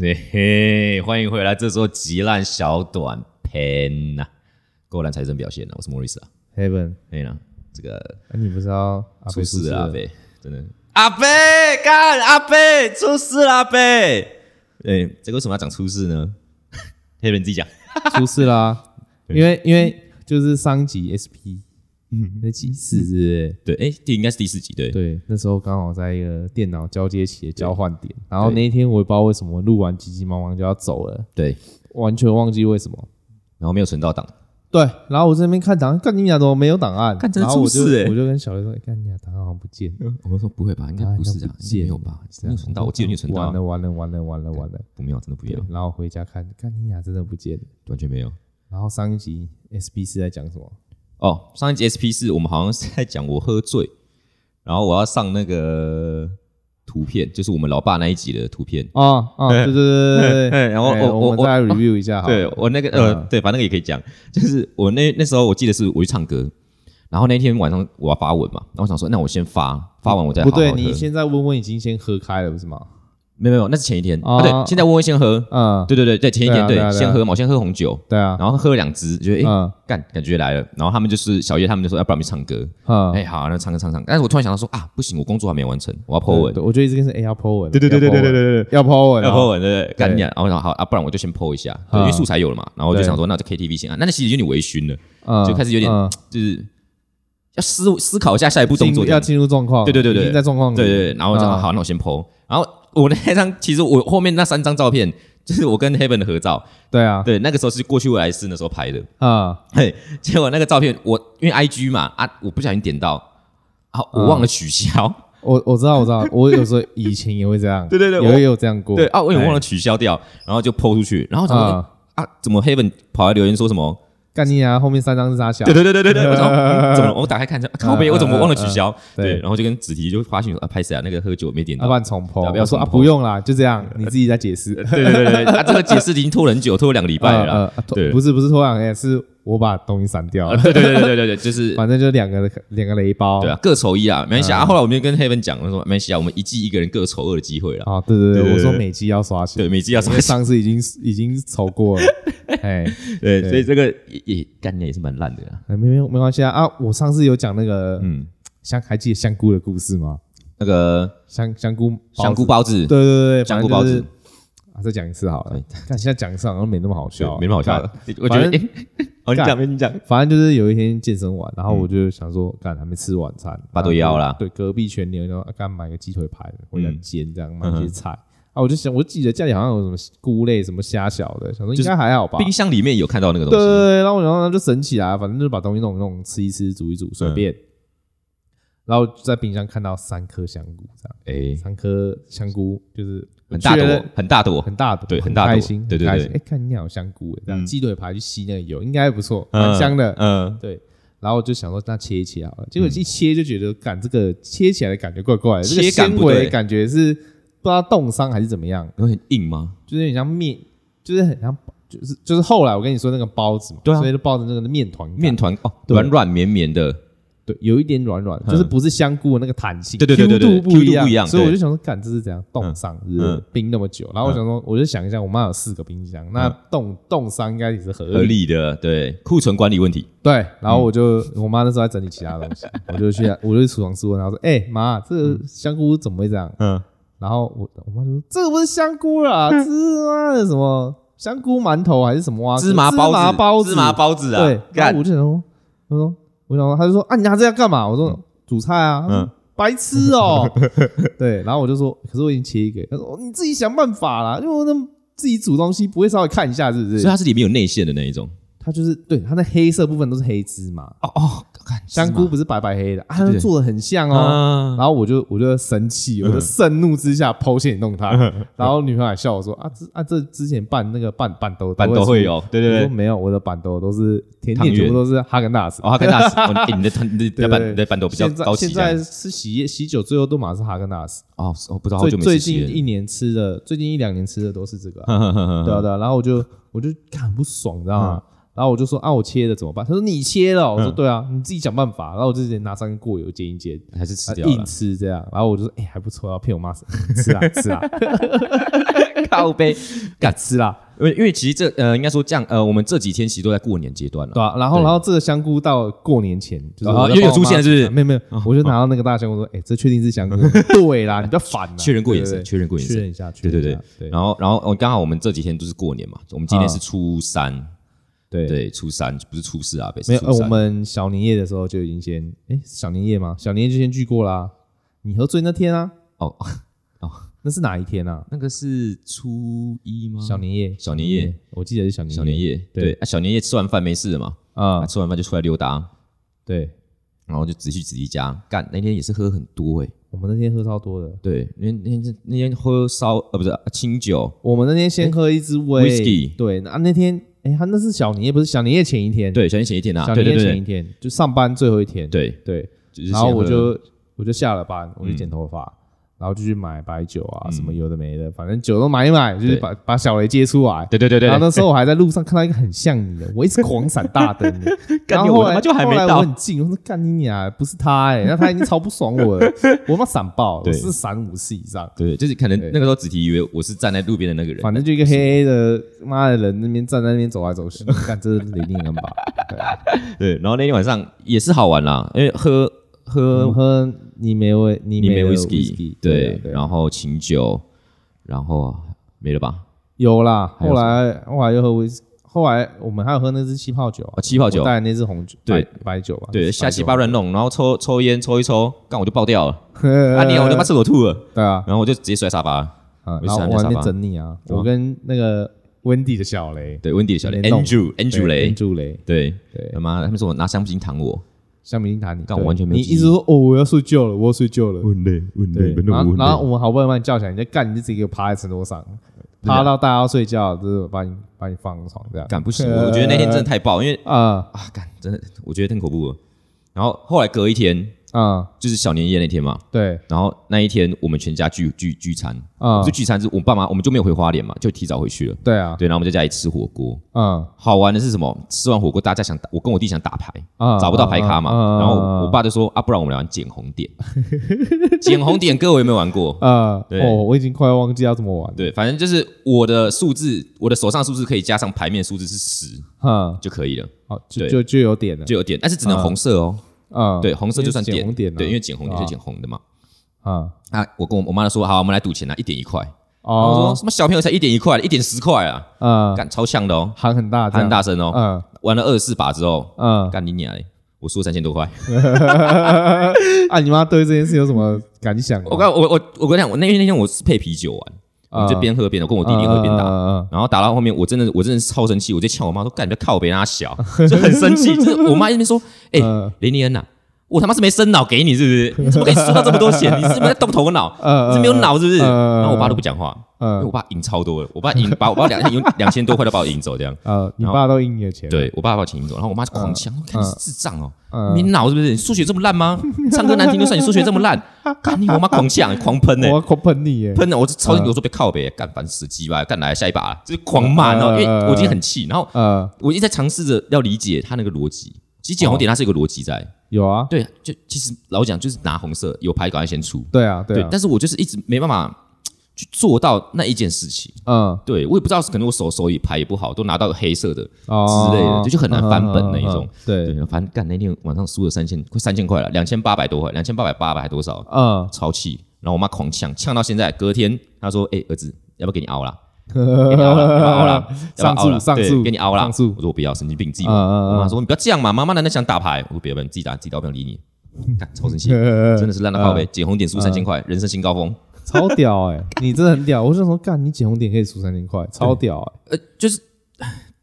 嘿嘿，欢迎回来。这时候极烂小短片呐、够烂财政表现啊！我是莫瑞斯啊， Heaven，哎呀，这个那、你不知道阿出贝事了，了阿贝，真的，阿贝干，阿贝出事了，阿贝。哎，这个为什么要讲出事呢？黑人自己讲，出事啦、 因为因为就是上集 SP 嗯那集四是不是对，哎，第应该是第四集，对，对，那时候刚好在一个电脑交接期的交换点，然后那一天我也不知道为什么录完急急忙忙就要走了，对，完全忘记为什么。然后没有存到档，对，然后我这边看档案，干你俩怎么没有档案？干真的然后我出就事欸我就跟小雷说，哎干你俩档案好像不见，嗯我们说不会吧，应该不是这啊样，应该没有吧？没有存到，我记得你有存到完啊，了完了完了完了完了，不妙，真的不对妙，，然后回家看，干你俩真的不见了。完全没有。然后上一集 SP 是在讲什么？哦，上一集 SP 四我们好像是在讲我喝醉，然后我要上那个图片，就是我们老爸那一集的图片。哦哦，对对对对对哎对，然后哎我我我们再来 review 一下好了，对我那个呃，嗯对，反正那个也可以讲，就是我那那时候我记得是我去唱歌，然后那天晚上我要发文嘛，然后我想说，那我先发，发完我再好不好喝。对？你现在温温已经先喝开了，不是吗？没有没有，那是前一天哦啊，对，现在温温先喝，嗯，对对对对，前一天对啊对啊对啊先喝嘛，我先喝红酒，对啊，然后喝了两支，觉得哎嗯干感觉来了，然后他们就是小叶他们就说，要不然我们去唱歌，嗯，哎好，那唱歌唱唱，但是我突然想到说啊，不行，我工作还没完成，我要 po 文对，，我就一直跟是哎要 po 文，对对对对对对对对，要 po 文，要 po 哦文对不对？干你啊！然后我想好啊，不然我就先 po 一下，对因为嗯素材有了嘛。然后我就对想说，那就 KTV 先按。那其实有点微醺了，嗯就开始有点嗯就是要思思考一下下一步动进作入这样。要进入状况，对对对对已经在状况里，对对对，然后我想嗯好，那我先 po。然后我那张其实我后面那三张照片 就是我跟 Heaven 的合照，对啊，对，那个时候是过去未来式那时候拍的。 啊，嘿，结果那个照片我因为 IG 嘛啊，我不小心点到，啊，嗯我忘了取消。我我知道我知道， 我有时候以前也会这样，对对对我也有这样过，对啊，我也忘哎了取消掉，然后就 po 出去，然后我想说啊，啊，怎么 Heaven 跑来留言说什么？干你啊，后面三张是啥小对，对对对对对，我说、 嗯、怎么了？我打开看一下，啊靠背，我怎么忘了取消？嗯嗯嗯对，对然后就跟子提就发信说啊，拍谁啊？那个喝酒没点要到不。然重 po，对啊不要我说重啊 po 不用啦，就这样，你自己在解 释，对对对对，对啊，这个解释已经拖很久，拖了两个 礼拜了呃啦。呃啊对不是不是脱氧，哎，是我把东西删掉啊了，对对对对对对对， 就是反正就两个两个雷包，对啊，各筹一啊，没关嗯系啊。后来我们就跟黑 e 讲，我说没关系啊，我们一季一个人各筹二的机会了。啊，对对对对对对，我说每季要刷新，对，每季要什因么为？上次已经已经筹过了，哎， 对，所以这个也也干的也是蛮烂的啦。哎没没没关系啊啊，我上次有讲那个嗯，香，还记得香菇的故事吗？那个香香菇包子香菇，包子哦对，对对对，香菇反正就是包子啊，再讲一次好了对，但现在讲一次好像没那么好对笑，啊没什么好笑哦干的。我觉得反正，哎哦，你讲，你讲，反正就是有一天健身完，然后我就想说，干还没吃晚餐，八对嗯腰啦对，隔壁全牛，然后啊干买个鸡腿排回家嗯煎，这样买嗯哼一些菜啊。我就想，我记得家里好像有什么菇类、什么虾小的，想说就是应该还好吧。冰箱里面有看到那个对东对西，对，然后然后就省起来，反正就把东西弄一弄，吃一吃，煮一煮，随便。嗯然后在冰箱看到三颗香菇，这样哎，三颗香菇就是很大我觉得朵，很大朵，很大的，对很很大开朵心，对对很开对心哎，看你俩有香菇哎，嗯这样鸡腿排去吸那个油，应该不错，嗯蛮香的。嗯，对，然后我就想说，那切一切好了。结果一切就觉得，感这个切起来的感觉怪怪的，这个切感纤不对维感觉是不知道冻伤还是怎么样，有很硬吗？就是有点像面，就是很像，就是就是后来我跟你说那个包子嘛，对啊所以就包着那个面团感，面团哦，对软软绵绵的，对，有一点软软，嗯就是不是香菇的那个弹性，对对对对对 Q 度不一，Q 度不一样所以我对就想说，感这是怎样冻伤，是不是嗯冰那么久，然后我想说，我就想一下，我妈有四个冰箱，那冻冻伤应该也是合合理理的，对，库存管理问题，对，然后我就、嗯我妈那时候在整理其他东西， 我就去我就去厨房室问，她说：“哎、妈，这个香菇怎么会这样嗯，？”然后我我妈就说：“这个不是香菇啦，这是妈的什么香菇馒头还是什么啊？芝麻芝包子，麻包子，芝麻包子啊，对。”然后干我就想说，我说我想说，她就说：“啊，你拿这要干嘛？”我说：“煮菜啊。”嗯嗯白 痴哦、对，然后我就说，可是我已经切一个，她说、哦、你自己想办法啦，因为我那自己煮东西不会稍微看一下是不所以是？它是啊里面有内馅的那一种。它就是对它那黑色部分都是黑芝麻，哦哦，干香菇不是白白黑的，啊，它对就做的很像哦。啊，然后我就我就生气，我就盛怒之下剖线弄它。嗯 然后女朋友还笑我说啊，这啊这之前拌那个拌拌豆板豆会会出。有，对对我对。说没有，我的板豆都是甜汤点，圆全部都是哈根达斯。哦，哈根达斯，哦你你的你的对板对你的板豆比较现在高级现这样。在吃喜宴喜酒最后都马上是哈根达斯。哦，我不知道，好最久没最吃西近了 嗯一年吃的，最近一两年吃的都是这个啊。哼哼哼对啊哼对啊，然后我就我就看很不爽，你知道吗？然后我就说啊，我切了怎么办？他说你切了哦，我说嗯对啊，你自己想办法。然后我就直接拿三根过油煎一煎，还是吃啊掉了硬。吃这样。然后我就说哎、还不错，然后骗我妈吃吃啊吃啊， 靠背，啊 敢吃啦，因为因为其实这呃，应该说这样呃，我们这几天其实都在过年阶段了对。吧、然后对然后这个香菇到过年前，就是啊我在又有帮我出妈现了是不是哦啊没有没有，我就拿到那个大香菇说，哎，这确定是香菇？ 对啦，你不要烦 啦，确认过眼对神，对确认过眼确神。认一下，对对确认一下对然后，然后哦，刚好我们这几天都是过年嘛，我们今天啊是初三，对对，初三不是初四啊，北是没有，初呃，我三。们小年夜的时候就已经先，哎、是小年夜吗？小年夜就先聚过啦、你喝醉那天啊？哦哦， 那是哪一天啊？那个是初一吗？小年夜，小年夜，我记得是小年小年夜夜，对对啊，小年夜吃完饭没事了嘛，啊、啊，吃完饭就出来溜达，对，然后就直去子怡家干。那天也是喝很多哎，我们那天喝超多的，对，那天那天是那天喝烧呃不是清酒，我们那天先喝一支威 Whisky 对，啊，那天，哎、他那是小年夜，不是小年夜前一天，，对，小年前一天啊，小对对年夜对前一对天就上班最后一天，对，对，就是然后先我喝嗯就我就下了班，我就剪头发。然后就去买白酒啊，什么有的没的，反正酒都买一买，就是对把把小雷接出来。对对对对然后对，那时候我还在路上看到一个很像你的，我一直狂闪大灯的，然 干后你后我他来妈就还没后来我到，很近，我说干你娘，不是他哎、欸，那他已经超不爽我 了，我他妈闪爆，我对是闪五次以上，对，就是可能对那个时候子怡以为我是站在路边的那个人，反正就一个黑黑的妈的人那边站在那边走来 走去，干这是雷定人吧？ 对啊对，然后那天晚上也是好玩啦，因为喝我喝们喝你没味，你你没梅威 whisky，对啊对，对啊，然后清酒，然后啊没了吧？有啦，还后有什来后来又喝威士，后来我们还有喝那支气泡酒啊哦，，气泡酒我，带的那支红酒，对白白酒吧，啊白对，酒瞎七八，乱弄，然后抽抽烟抽一抽，干我就爆 掉了，啊啊你我他妈厕所吐了，对啊，然后我就直接摔沙发了。啊，我就然后闪我在还沙没发整你啊，对啊我跟那个温蒂的小雷，对温迪的小雷没弄，Andrew Andrew 雷，朱雷，对，对，他妈他们说我拿橡皮筋弹我，橡皮筋弹你，干对我完全没有你记忆一直说哦，我要睡觉了，我要睡觉了，很累，我很对，然后然后我们好不容易把你叫起来，你就干，你就自己给我趴在枕头上，趴到大家要睡觉，就是把你把你放床这样，干不行，我我觉得那天真的太爆，因为啊啊干真的我觉得太恐怖了。然后后来隔一天啊，就是小年夜那天嘛，对然后那一天我们全家聚聚聚餐，啊就，聚餐是我爸妈我们就没有回花莲嘛，就提早回去了。对啊，对，然后我们在家里吃火锅。啊好玩的是什么？吃完火锅，大家想打，我跟我弟想打牌，啊，找不到牌啊咖嘛。啊然后我爸就说啊，不然我们来玩捡红点。捡红点，各位有没有玩过？啊，对哦，我已经快忘记要怎么玩了，对，反正就是我的数字，我的手上数字可以加上牌面数字是十啊，就可以了，好，就对就就有点了，就有点，但是只能红色哦。啊，对，红色就算嗯因为是捡点红，点啊对，因为捡红点啊就捡红的嘛。啊，啊，我跟我我妈就说，好，我们来赌钱啊，一点一块。然后说哦，什么小朋友才一点一块，一点十块啊，啊，干超呛的哦，喊很大，喊很，大声哦。嗯玩了二十四把之后，嗯，干你娘嘞！我输三千多块。啊，你妈对这件事有什么感想吗？我刚我我我跟你讲，我那天那天我是配啤酒玩，我们就边喝边我跟我弟弟喝边打。打，然后打到后面，我真的我真的是超生气，我直接呛我妈说：“干，你不要靠我别人家小，就很生气。”就是我妈一边说：“哎、嗯雷尼恩呐、我他妈是没生脑给你是不是？你怎么可以输到这么多钱？你是不是在动头脑？呃你是没有脑是不是？”嗯然后我爸都不讲话，因为嗯我爸赢超多了，我爸赢把我爸两赢两千多块都把我赢走这样。呃，你爸都赢你的钱，，哎对我爸把我钱赢走，然后我妈就狂呛：“我看你是智障哦！”嗯你，脑是不是？你数学这么烂吗？ 唱歌难听就算，你数学这么烂，干你我妈狂呛狂喷呢、我要狂喷你耶，喷的我就超级我说别靠北，干烦死鸡巴，干来下一把啦，就是狂骂，然嗯后因为我已经很气，然后呃，我一直在尝试着要理解他那个逻辑。其实捡红点它是有个逻辑在，有啊，对，就其实老讲就是拿红色有牌赶快先出，对啊，对啊，但是我就是一直没办法去做到那一件事情。嗯，对我也不知道，可能我手手也牌也不好，都拿到黑色的，哦嗯之类的这就很难翻本那一种，对对，，反正干那天晚上输了三千，快三千块了，两千八百多块，两千八百八百还多少？啊嗯，超气，然后我妈狂呛，呛到现在。隔天她说：“哎、儿子，要不要给你熬 啦？给你熬啦，要不要熬啦，要上不要熬诉啦上对诉，给你熬啦。”上诉我，说：“我不要，神经病，自己玩。”我妈嗯嗯说：“你不要这样嘛，妈妈难道想打牌？”我说：“别别，你自己打，自己打，我不想理 你。”干，超生气，嗯， 真的是烂到靠背，捡红点数三千块，人生新高峰。 超屌哎，你真的很屌，我就想说，干你捡红点可以输三千块，超屌哎，呃，就是，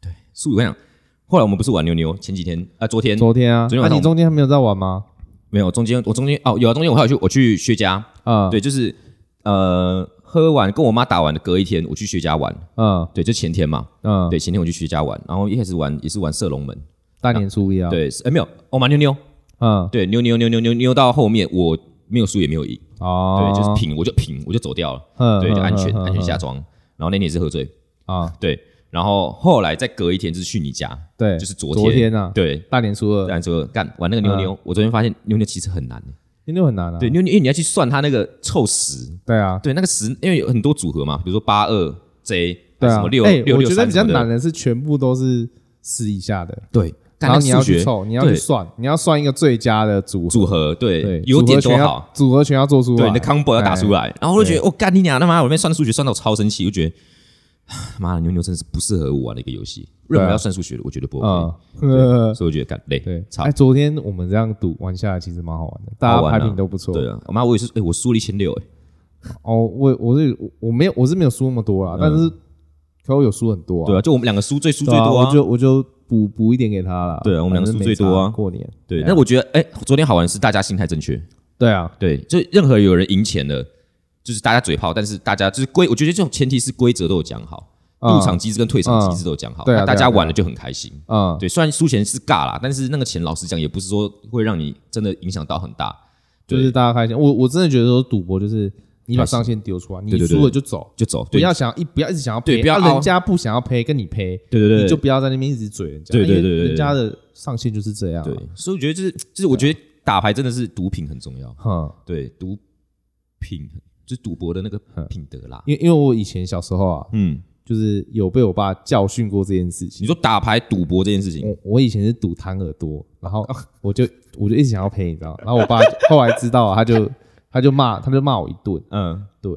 对，所以我跟你讲，后来我们不是玩妞妞，前几天啊，昨天昨天啊，昨天那晚上你中间还没有在玩吗？没有，中间我中间哦有啊，中间我还有去我去薛家，啊，对，就是呃喝完跟我妈打完的隔一天，我去薛家玩，嗯对，就前天嘛，嗯，对，前天我去徐家玩，然后一开始玩也是玩射龙门，大年初一啊，，对，是哎没有，我玩妞妞，嗯，对，妞妞妞妞妞妞到后面我没有输也没有赢，哦，对，就是平我就平我就走掉了，嗯，对，就安全嗯安全下庄，然后那天也是喝醉，啊，对，然后后来再隔一天就是去你家，对，就是昨昨天啊，对，大年初二，然后干玩那个妞嗯妞，我昨天发现妞妞其实很难，今天很难啊，对，妞妞因为你要去算它那个凑十，对啊，对，那个十因为有很多组合嘛，比如说八二 J，对什啊么，六哎六我六觉得三比什较么难的，的是全部都是十以下的，对，但然后那你要数去学凑，你要对去算，你要算一个最佳的组合组合，对对，，有组合点拳都要好，，组合拳要做出来，哎对，你的 combo 要打出来。来。然后我就觉得，我、哦、干你娘他妈！我那边算数学算到超生气，我就觉得，啊妈的牛牛真是不适合我玩的一个游戏。任对何啊要算数学的，我觉得不 OK，、嗯， 呃所以我觉得干累。对，操哎，昨天我们这样赌玩下来，其实蛮好玩的，大好家玩啊排名都不错。对啊，我妈我也是，哎、我输了一千六，哎，哦，我我是我我没有我是没有输那么多啦，但是可我有输很多啊，嗯对啊，就我们两个输最输对最多啊我就我就补补一点给他啦。对啊我们两个反正输没最多啊差过年对，但我觉得，哎、昨天好玩是大家心态正确，对啊，对，就任何有人赢钱了，就是大家嘴炮，但是大家就是规，我觉得这种前提是规则都有讲好，嗯入场机制跟退场机制都有讲好，对啊那大对家啊对啊玩了就很开心。嗯，对，虽然输钱是尬啦，但是那个钱老实讲也不是说会让你真的影响到很大，对就是大家开心。我我真的觉得说赌博就是你把开心上限丢出来，你对对对输了就走，就走。不对要想一不要一直想要赔，对不要啊凹人家不想要赔，跟你赔，对对你就对不要在那边一直嘴人家，对对因为对对对人家的上限就是这样啊。对，所以我觉得就是就是我觉得打牌真的是毒品很重要，哼，对，毒品就是赌博的那个嗯品德啦。因为因为我以前小时候啊，嗯，就是有被我爸教训过这件事情你。说打牌赌博这件事情，我我以前是赌贪耳朵，然哦后我就我就一直想要赔，你知道吗？然后我爸后来知道啊，他就 他就骂他就骂我一顿，嗯，对，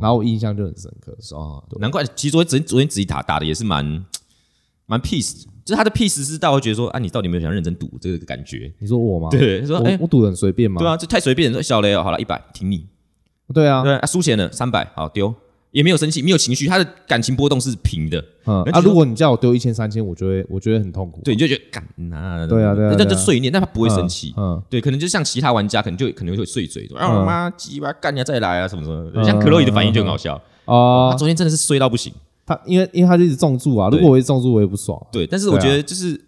然后我印象就很深刻。是哦，难怪其实昨天昨天昨天自己打打的也是蛮蛮 peace，就是他的 peace 是大家会觉得说啊，你到底有没有想认真赌这个感觉？你说我吗？，对，说我哎，我赌的很随便嘛。对啊，这太随便了，说小雷哦，好了，一百挺你，对啊，对啊，输钱了三百，好丢，也没有生气，没有情绪，他的感情波动是平的，嗯那啊，哎其实如果你叫我丢一千三千，我就会我觉得很痛苦。对，你就觉得干呐，对啊对啊那那对就啊碎念，但他不嗯，会生气，嗯，对，可能就像其他玩家，可能就可能会碎嘴，说啊嗯妈鸡巴干呀再来啊什么什么的，嗯像克洛伊的反应就很好笑，他哦，昨天真的是碎到不行，他因为因为他就一直中注啊，如对果我一直中注，我也不爽。对，但是我对啊觉得就是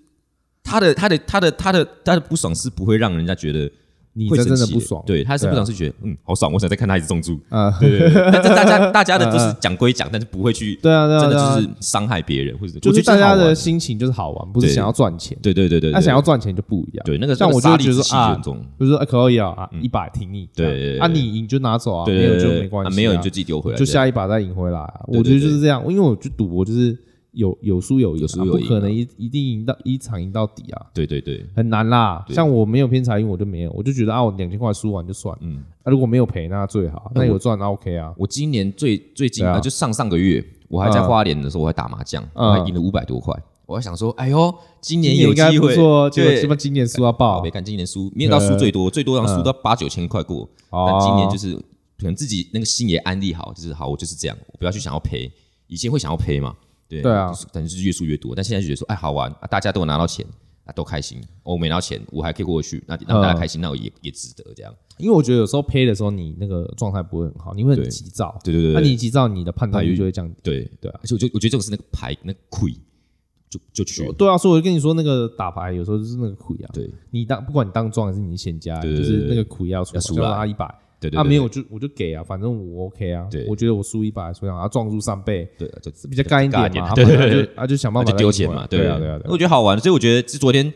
他的他的他的他的他的不爽是不会让人家觉得你会这生真的气不爽，对，他是不对啊爽是觉得嗯好爽，我想再看他一直中注，啊，对对，对 但是大家大家的都嗯是讲归讲，但是不会去对啊，对啊，真对的啊，就是伤害别人，或者就是大家的我觉得这好玩心情就是好玩，不是对想要赚钱。对对对对，他想要赚钱就不一样，对那个像我就那个杀力觉得之说气啊很重，就是说哎可以啊啊，一把挺你，对这样对对啊对你赢就拿走啊，对没有对就对，没关系啊啊，没有你就自己丢回来，就对下一把再赢回来啊。对对我觉得就是这样，因为我就赌博就是有有输有赢有啊，输有赢啊不可能一一定赢到一场赢到底啊。对对对，很难啦，对像我没有偏财运，我就没有，我就觉得啊，我两千块输完就算了。嗯，啊，如果没有赔，那最好；那那我有赚，那 OK 啊。我今年最最近对啊啊，就上上个月，我还在花莲的时候，我还打麻将，嗯我还赢了五百多块，我还想说，哎呦，今年今有应该机不会错，，结果对他妈今年输到好爆没看今年输，没有到输最多，最多好像输到八九千块过，但呃嗯哦！今年就是可能自己那个心也安利好，就是好，我就是这样，我不要去想要赔，以前会想要赔嘛，对对啊就是但是越输越多，但现在就觉得说，哎，好玩，啊、大家都有拿到钱。啊，都开心，我没拿到钱，我还可以过得去，那嗯让大家开心，那我也也值得这样。因为我觉得有时候赔的时候，你那个状态不会很好，你会对很急躁。对对对那对你急躁，你的判它断力有就会降低。对对啊而且我就我觉得这种是那个牌那个亏，就就去了。对啊，所以我就跟你说，那个打牌有时候就是那个苦啊。对你当不管你当庄还是你显家，就对对是对那个苦要出来，要出像来拉一百对对啊，没有有就我就给啊，反正我 OK 啊对。我觉得我输一百，所以啊撞入上倍对，就这比较干一尬点一点嘛，啊对对反正对就啊就想办那法就再丢赢钱回来嘛，对啊啊对啊对我觉得好玩，所以我觉得昨天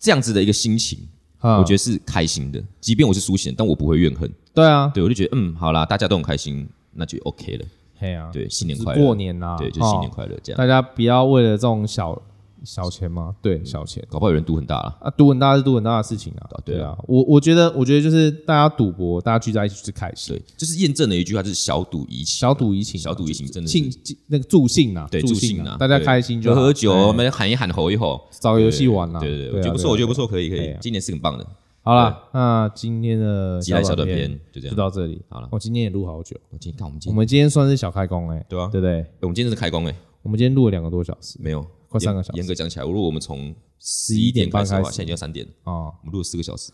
这样子的一个心情，啊，我觉得得是开心的。即便我是输钱，但我不会怨恨。对啊，对，我就觉得嗯，好啦，大家都很开心，那就 OK 了。嘿啊，对，新年是快过乐，年啦，对，就是新年哦快乐这样。大家不要为了这种小小钱嘛，对小钱。搞不好有人赌很大了，啊，赌很大是赌很大的事情啊啊，对啊对啊，我我觉得，我觉得就是大家赌博，大家聚在一起是开心，对，就是验证了一句话，就是小赌怡情。小赌怡情啊，小赌怡情就真的是庆庆那个助兴啊，对，助助兴啊啊，，大家对开心就好喝酒，对我们喊一喊，吼一吼，找游戏玩啊，对对对，啊我觉得不错，我觉得不。错，可以可哎以呀，今年是很棒的。啊好了，那今天的寄来小短短片就这就样。到这里好了我今天也录好久，我今天看我们今我天，们今天算是小开工哎，对啊，嗯对不对？我们今天真的开工哎，我们今天录了两个多小时没有，快三个小时严格讲起来，如果我们从十11点点半始的话，开始现在已经要三点了，啊，我们录了四个小时，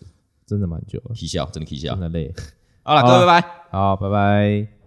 真的蛮久了，皮笑，真的皮笑真。的累。好了，各位拜拜。好，拜拜。